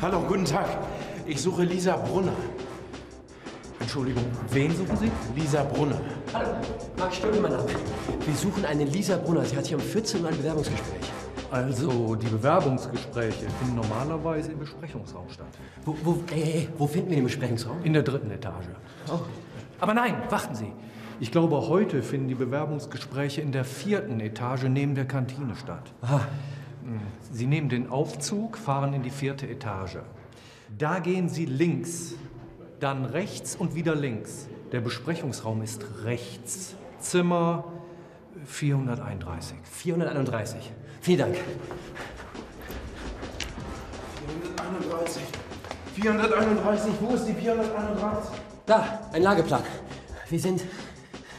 Hallo, guten Tag. Ich suche Lisa Brunner. Entschuldigung, Wen suchen Sie? Lisa Brunner. Hallo, Marc Stöhl, mein Name. Wir suchen eine Lisa Brunner. Sie hat hier um 14 Uhr ein Bewerbungsgespräch. Also, die Bewerbungsgespräche finden normalerweise im Besprechungsraum statt. Wo, wo, ey, ey, wo finden wir den Besprechungsraum? In der dritten Etage. Aber nein, warten Sie. Ich glaube, heute finden die Bewerbungsgespräche in der vierten Etage neben der Kantine statt. Hm. Sie nehmen den Aufzug, fahren in die vierte Etage. Da gehen Sie links, dann rechts und wieder links. Der Besprechungsraum ist rechts. Zimmer 431. 431. Vielen Dank. 431. 431. Wo ist die 431? Da, ein Lageplan. Wir sind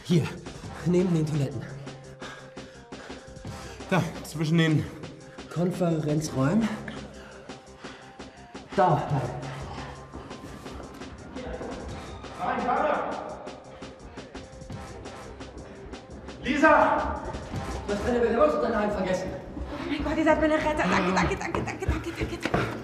hier, neben den Toiletten. Da, zwischen den. Konferenzräumen. Da, da. Lisa! Du hast deine Bewerbungsunterlagen vergessen. Oh mein Gott, ihr seid meine Retter. Danke, danke, danke, danke, danke, danke, danke.